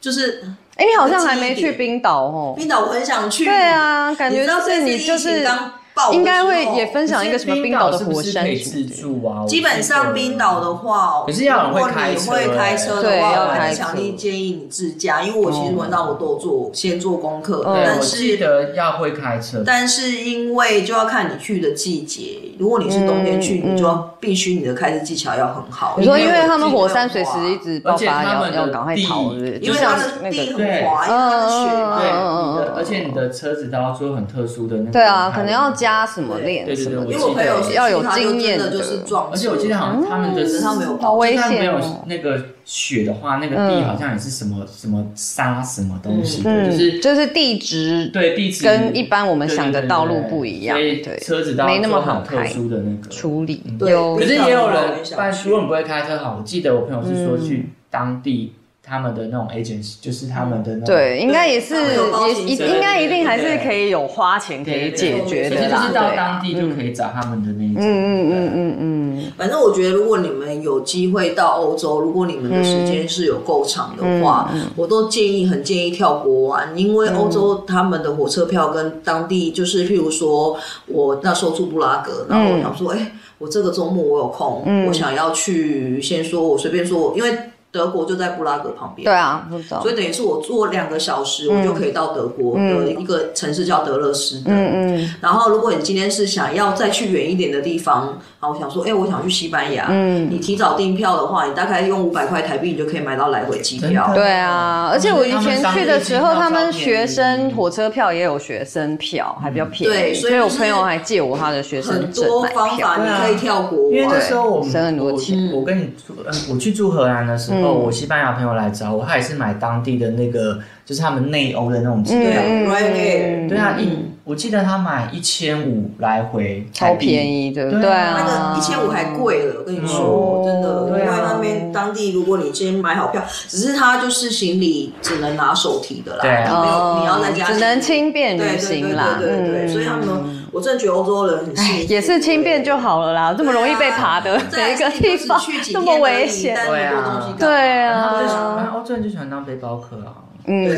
就是
哎、你好像还没去冰岛哦。
冰岛我很想去。
对，啊，感觉
你知道
就
这
是
次
你就
疫
是
情刚爆的时候
应该会也分享一个什么冰岛的火山
可以
什么
自
的。
助啊？
基本上冰岛的话，
可是要有人会开车
如果你会开车
对
的
要
话，我
开
还
车
是强烈建议你自驾，因为我其实晚上我都有做先做功课，
嗯
哦对，
但
我记
是。
得要会开车。
但是因为就要看你去的季节，如果你是冬天去，
嗯
你就要必须你的开车技巧要很好。
你说，因
我记
为
得
他们火山
我
随时一直爆
而且
发，
他
要
们的
要赶快逃，
地
是不是？
因
就
为
像
它的
那
地
个，
很滑，因为它是雪嘛
对，
嗯
你
嗯嗯
的而且你的车子都要做很特殊的那个。
对啊，可能要。加什么链
对对
什
对
么
我
的
因为我朋友是去
要有
他就
经验嗯
真的就是撞车，
而且我记得好像他们的
只是他没有
好危
就算没
险
有
哦。
那个雪的话，那个地好像也是什么什么沙什么东西的，就
嗯，
是
就是地质
对地址
跟一般我们想的道路不一样，
对对对
对
对，所以车子都要
没那么
做
好
很特
开
殊的那个
处理。
对
有
可是也有人
不知道
办，如果你不会开车好，我记得我朋友是说
嗯
去当地他们的那种 agency，就是他们的那种，
对，应该也是
哦对有包
也
行
一
程
应该一定还
对
是可以有花钱可
对
以
对
解决
所以
的
就
啦，
是
对
到
啊
当地就可以找他们的那一种。
嗯嗯嗯嗯
反正我觉得，如果你们有机会到欧洲，如果你们的时间是有够长的话，
嗯
我都建议很建议跳国玩，因为欧洲他们的火车票跟当地就是，譬如说我那时候住布拉格，
嗯
然后我想说，哎、我这个周末我有空，我想要去，先说我随便说，因为。德国就在布拉格旁边，
对啊，不知道
所。以等于是我坐两个小时，我就可以到德国的一个城市叫德勒斯登。
嗯嗯
然后，如果你今天是想要再去远一点的地方，啊，我想说，哎、我想去西班牙，嗯，你提早订票的话，你大概用五百块台币，你就可以买到来回机票
真。的
对啊，
哦
而且我以前去的时候，
他
他
们商业
们
机
学生
票
火车票也有学生票，还比较便宜。
嗯对
所
所以
我
就是
朋友还借我他的学
很
生证
多
买
方
票
法。
对啊
你可以跳国
因为
外
那，时候我
省很
们
多
我
钱嗯
我跟你住，呃我去住荷兰的时候，我西班牙朋友来找我，他也是买当地的那个，就是他们内欧的那种机票。
对
嗯
Ryanair
对啊，一
嗯
我记得他买一千五来回，
超便。宜的，对啊，
那个一千五还贵了，我跟你
哦
说，真的，因
对
为
啊
那边当地，如果你今天买好票，只是它就是行李只能拿手提的啦，
对
啊
你没有你要在家
哦只
行
能
李
轻便旅行啦，
对对对对对对，
嗯
所以他们，我真的觉得欧洲人很幸运，
也是轻便就好了啦，这么容易被爬的
对啊
每一个地方啊
再来是你就只去 几，
这
天
么
而
危
已
险，
带那么多东西干嘛
对
他们就喜
啊
欢，欧洲人就喜欢当背包客啊，
嗯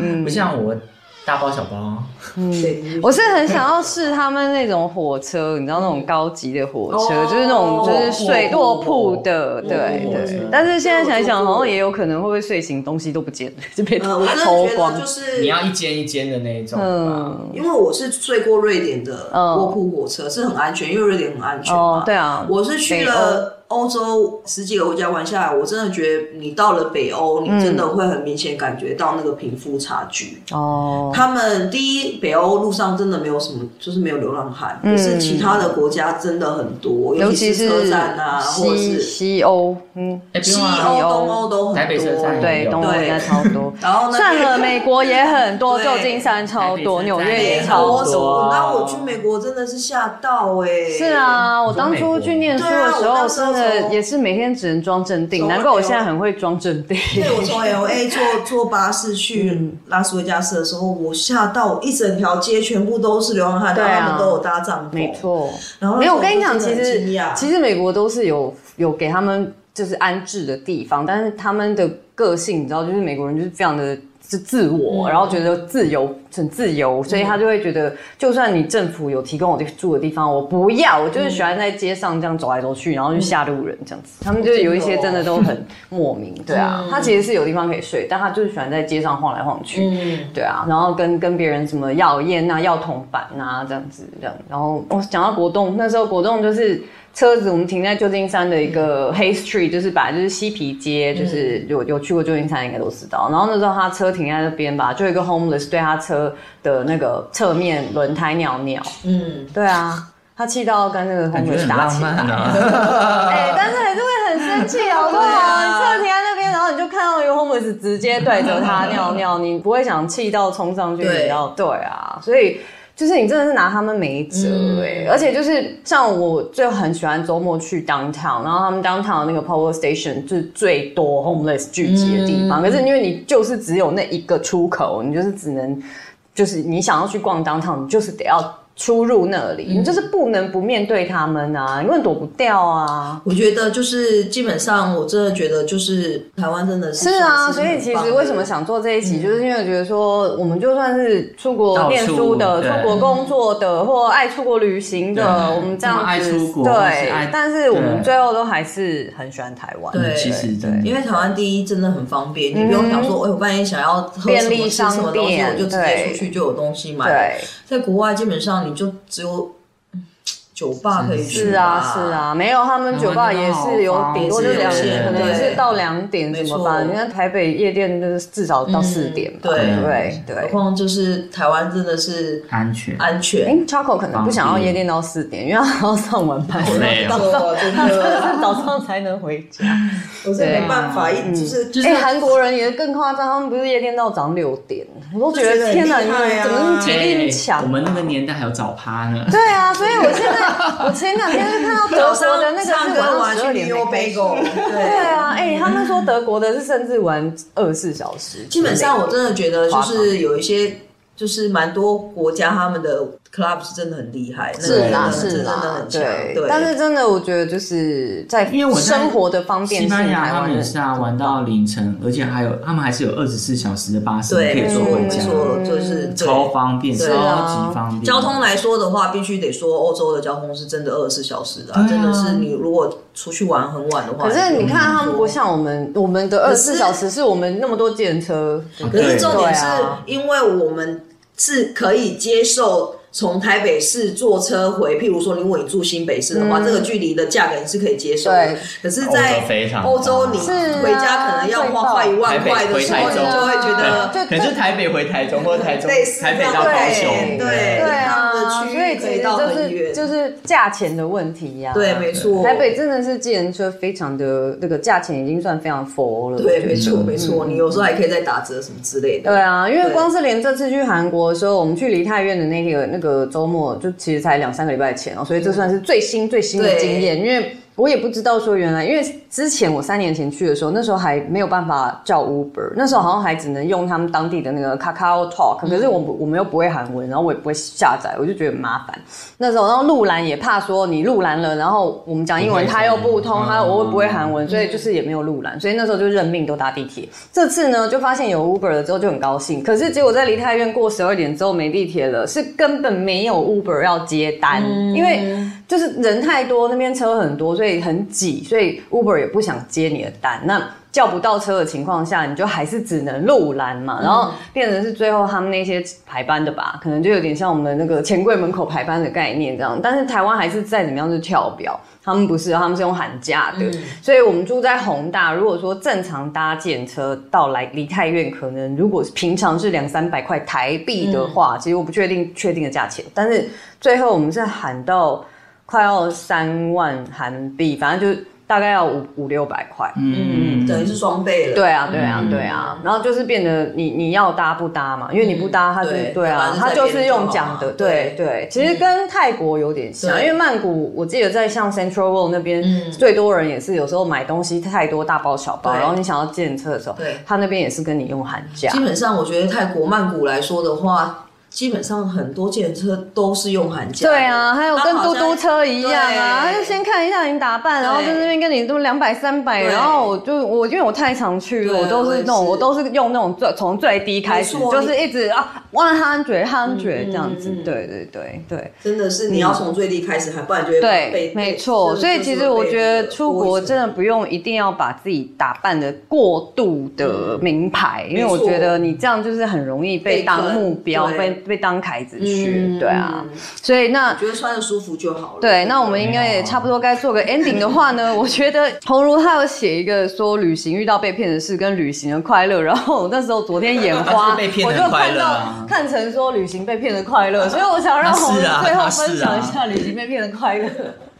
嗯
不像我大包啊小包。
对，
我是很想要试他们那种火车，你知道那种高级的火车，
哦
就是那种就是睡落铺的，
卧铺
对
卧铺火车
对。但是现在想一想，好像也有可能会不会睡醒东西都不见了， 就被
呃，我真的
偷
觉
光
得。就是
你要一间一间的那一种吧。
嗯，
因为我是睡过瑞典的
嗯
卧铺火车，是很安全，因为瑞典很安全
哦
嘛，。
对啊，
我是去了欧洲十几个国家玩下来，我真的觉得你到了北欧，
嗯
你真的会很明显感觉到那个贫富差距。
哦，
他们第一，北欧路上真的没有什么，就是没有流浪汉，
嗯
可是其他的国家真的很多，
尤
其
其是
车站啊，或者
嗯西
是
西欧，嗯，
哎，不
西
用啊，
欧、东欧都很多。
台北车站
对，
有
东欧应该 超 多。
然哦后那边
算了，美国也很多，
对
旧金山超多，
台北是在
纽约也
美
超
国什
多啊
么，。那我去美国真的是吓到哎、
是，啊，我当初去念书的时
对啊我
候，
那时
真的
候啊从
也是每天只能装镇定，
从
难怪我现在很会装镇定。
对我从 L A 坐坐巴士去
嗯
拉斯维加斯的时候，我吓到，我一整条街全部都是流浪汉，
对啊
然后他们都有搭帐篷，
没。错，
然后那
没
时
有，
候
我跟你讲，
真
其
的很
实
惊讶
其实美国都是有有给他们就是安置的地方，但是他们的个性，你知道，就是美国人就是非常的。是自
嗯
我，然后觉得自由很自由，所以他就会觉得，就算你政府有提供我住的地方，我不要，我就是喜欢在街上这样走来走去，然
嗯
后去吓路人这样子。他们就是有一
哦
些真的都很莫名，
嗯
对啊，他其实是有地方可以睡，但他就是喜欢在街上晃来晃去，
嗯，
对啊，然后跟跟别人什么要烟啊、要铜板啊这样子，这样。然后我讲到国栋，那时候国栋就是车子，我们停在旧金山的一
嗯
个 Hay Street，就是本来就是嬉皮街，就是有有去过旧金山应该都知道。然后那时候他车停在那边吧，就有一个 homeless 对他车的那个侧面轮胎尿尿。
嗯，
对啊，他气到跟那个
感觉
homeless
很
打
浪
起来。
漫啊。
哎、但是还是会很生气，好不好？
对
你
啊
车停在那边，然后你就看到有 homeless 直接对着他尿尿，你不会想气到冲上去，
对
你要对啊，所以。就是你真的是拿他们没辙
嗯
哎、而且就是像我就很喜欢周末去 downtown，然后他们 downtown 的那个 power station 就是最多 homeless 聚集的地
嗯
方，可是因为你就是只有那一个出口，你就是只能就是你想要去逛 downtown，你就是得要出入那里，
嗯
你就是不能不面对他们啊，因为躲不掉啊。
我觉得就是基本上，我真的觉得就是台湾真的是
是啊，
算
所以
很
其
棒
实
的
为什么想做这一期，就是因为我觉得说，我们就算是出国
到
念
处
书的、
对
出国工作的，或爱出国旅行的，
对
我们这样
我们爱
子
出国或是
对
爱，
但是我们
对
最后都还是很喜欢台湾。
对
其实真
因
的，
为台湾第一真的很方便，你不用想说，哎、我半夜想要喝
嗯便
什
利
么吃什么
商
东西，
店
我就直接
对
出去就有东西买。
对，
在国外基本上你就只有嗯酒吧可以去吧，
是啊，是啊，没有他们酒吧也是有顶多就两，
也是有限
可能也
对
是到两点什么吧。
没错
你看台北夜店就是至少到四
嗯
点吧，
对
对对
何。况就是台湾真的是
安全。
安
哎
全，
，Choco 可能不想要夜店到四点，因为他要上晚班。
好累哦
我真 的，
早上才能回家。
我是没办法，一就是就
哎、韩国人也更夸张，他们不是夜店到早上六点，我都觉
就觉
得
得
天哪，
很
你
厉害
们
啊
怎么那么体力那么
我
强？
们那个年代还有早趴呢。
对啊，所以我现在，我前两天就看到德国
早上
的那个是
唱歌
晚上
完
十二
去
点
New
才开
b
始
a
对
对。
啊，哎、他们说德国的是甚至玩二十四小时之类的，
基本上我真的觉得就
夸张
是有一些。就是蛮多国家他们的 club 是真的很厉害，那个
是
真
啦
的
是
真的
啦，
很强。
对
对，，
但是真的我觉得就是在
因为我在
生活的方便
西
性，
班牙
台
他
湾
们也
人
是啊，玩到凌晨，而且还有他们还是有二十四小时的巴士可
对，
以
没
坐
错
回
没
家，
错，就是对
超方便，超
对
啊
级方
嗯
便。
交通来说的话，必须得说欧洲的交通是真的二十四小时的啊、
对啊
真的是你如果出去玩很晚的话，
可是你看，他们不像我们，我们的二十四
可是
小时是我们那么多电车，
可是重点是
对啊
因为我们是可以接受。从台北市坐车回，譬如说，如果你住新北市的话，这个距离的价格你是可以接受的
嗯对。
可是，
欧洲哦非
在
常
欧洲，你
是
啊
回家可能要花快一万块的时
台
候，
北
你
回台
就
中
会觉得
对
可能就台北回台中，或者台中
类似
台北到
这样
高雄，
对对
对啊，
他
所
们的
以
区域
其
可以
实
到
就
很
是
远。
就是价钱的问题呀、
对，没错。
台北真的是计程车非常的那个价钱已经算非常佛了，
对，
我觉
没
得
嗯
错没错，你有时候还可以再打折什么之类的。
对啊，因为光是连这次去韩国的时候，我们去梨泰院的那个那个周末，就其实才两三个礼拜前哦，所以这算是最新最新的
对
经验。因为我也不知道说原来，因为之前我三年前去的时候，那时候还没有办法叫 Uber，那时候好像还只能用他们当地的那个 Kakao Talk，可是我
嗯
不我们又不会韩文，然后我也不会下载，我就觉得很麻烦。那时候，然后陆兰也怕说你陆兰了，然后我们讲英文
不会
他又不通，
嗯
他我又不会韩文，所以就是也没有陆兰，所以那时候就认命都搭地铁。这次呢，就发现有 Uber 了之后就很高兴，可是结果在梨泰院过十二点之后没地铁了，是根本没有 Uber 要接单，因为就是人太多，那边车很多，所以很挤，所以 Uber 也不想接你的单。那叫不到车的情况下，你就还是只能路拦嘛，然后变成是最后他们那些排班的吧，可能就有点像我们那个钱柜门口排班的概念这样。但是台湾还是再怎么样就跳表，他们不是，他们是用喊价的。所以我们住在宏大，如果说正常搭建车到来离太远，可能如果是平常是两三百块台币的话，其实我不确定确定的价钱，但是最后我们是喊到快要三万韩币，反正就大概要五五六百块。
嗯，
等于是双倍了。
对啊，对啊，对啊，然后就是变得你你要搭不搭嘛，因为你不搭，他就
嗯对
对啊，他
反
就
正在
是
别人就好
用
嘛
讲的，对对，其实跟泰国有点像，
对嗯
因为曼谷我记得在像 Central World 那边，最多人也是有时候买东西太多大包小包，
对
然后你想要借车的时候
对，
他那边也是跟你用喊价
基，本上我觉得泰国曼谷来说的话，基本上很多计程车都是用韩价。
对啊，还有
它
跟
好
嘟
像
嘟车一样啊，
对
他就先看一下你打扮，然后在那边跟你这么两百三百，
对
然后我就我因为我太常去了，
对
我都是那
我
种
也是
我都是用那种最从最低开始，
没错
就是一直啊 one hundred hundred 这样子
嗯嗯，嗯
对对对对
真的是你要从最低开始，还不然就会
对
被，
没错。所以其实我觉得出国真的不用一定要把自己打扮的过度的名牌，因为我
嗯没错
觉得你这样就是很容易被
被
当
坑
目标，
对
被被当凯子
嗯
去，对啊。所以那
觉得穿的舒服就好了。
对，那我们应该
啊
也差不多该做个 ending 的话 呢，我觉得红茹她有写一个说旅行遇到被骗的事跟旅行的快乐，然后我那时候昨天眼
她
花，
是被骗
我
的
就
快
看
乐
到、
啊
看成说旅行被骗的快乐，所以我想让红茹
她是啊
最后
她是啊
分享一下旅行被骗的快 乐。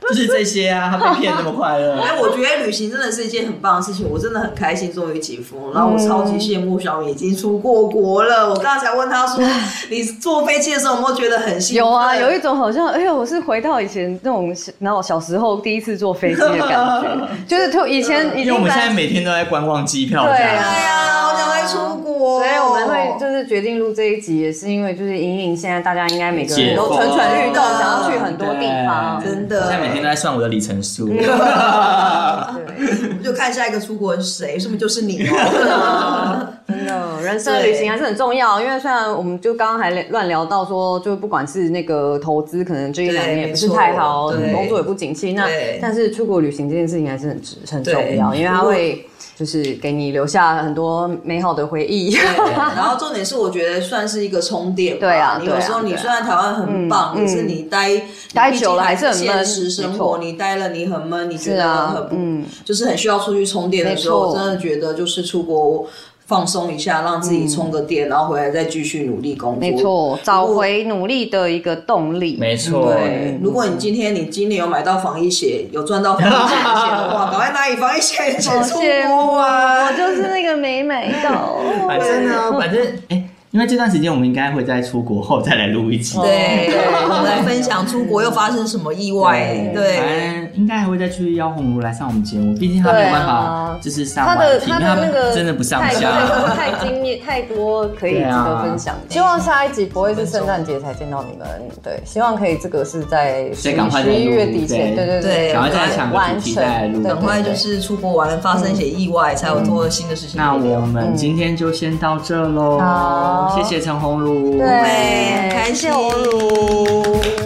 就是这些啊，他被骗那么快乐。
哎，我觉得旅行真的是一件很棒的事情，我真的很开心，终于解
嗯
封。然后我超级羡慕小米已经出过国了。我刚才问 他说，你坐飞机的时候有没有觉得很兴奋？
有啊，有一种好像，哎呦，我是回到以前那种，然后小时候第一次坐飞机的感 觉，就是就以前已
因为
经
我们现
搬
在每天都在观望机票
对
价，
对
啊
呀，好想再出国。
所以我们会就是决定录这一集，也是因为就是隐隐现在大家应该每个人
解
都
封
蠢蠢欲动，想要去很多地方。
对
真的
我现在每天都在算我的里程数。
对，
我们就看下一个出国人是谁，是不是就是你 哦？
真的，人生的旅行还是很重要。因为虽然我们就刚刚还乱聊到说，就不管是那个投资，可能这一两年也不是太好，
对没错对
工作也不景气。那
对
但是出国旅行这件事情还是很值很重要，
对
因为它会就是给你留下很多美好的回忆。
对然后重点是，我觉得算是一个充电吧。
对啊
你
对啊
有时候你
对啊
虽然台湾很棒，
嗯
可是你待
待
你毕竟
久了还是很闷
现实生
没
活
错
你待了你很闷，你觉
是
得
啊
很不
嗯
就是很需要出去充电的时
没
候，
错
真的觉得就是出国放松一下，让自己充个电，然后回来再继续努力工作。
嗯没错，找回努力的一个动力。
没错，
对，如果你今天你今年有买到防疫险，有赚到防疫险 的话，赶快拿你防疫险的钱出
好羡
国啊！
我就是那个没买到。
反正呢，反正哎。因为这段时间我们应该会在出国后再来录一
哦
集。
对，我们来分享出国又发生什么意外。
反
对，
正应该还会再去邀红茹来上我们节目，毕竟他没有办
啊
法就是上
他
完
的
因
他
为
的
们
那个
真的不上
太
下。
太经验太多可以值
啊
得分享的。希望下一集不会是圣诞节才见到你们，对，希望可以这个是在十
所以赶快再
十
录
一月底前，对
对
对
对
赶快再想个主题再来录
完成对
很快就是出国玩发生一些意外，才有多了新的事情
那
可以聊。
我
嗯
们今天就先到这喽
好，
谢谢陈红茹，
对，
开心
谢谢红茹。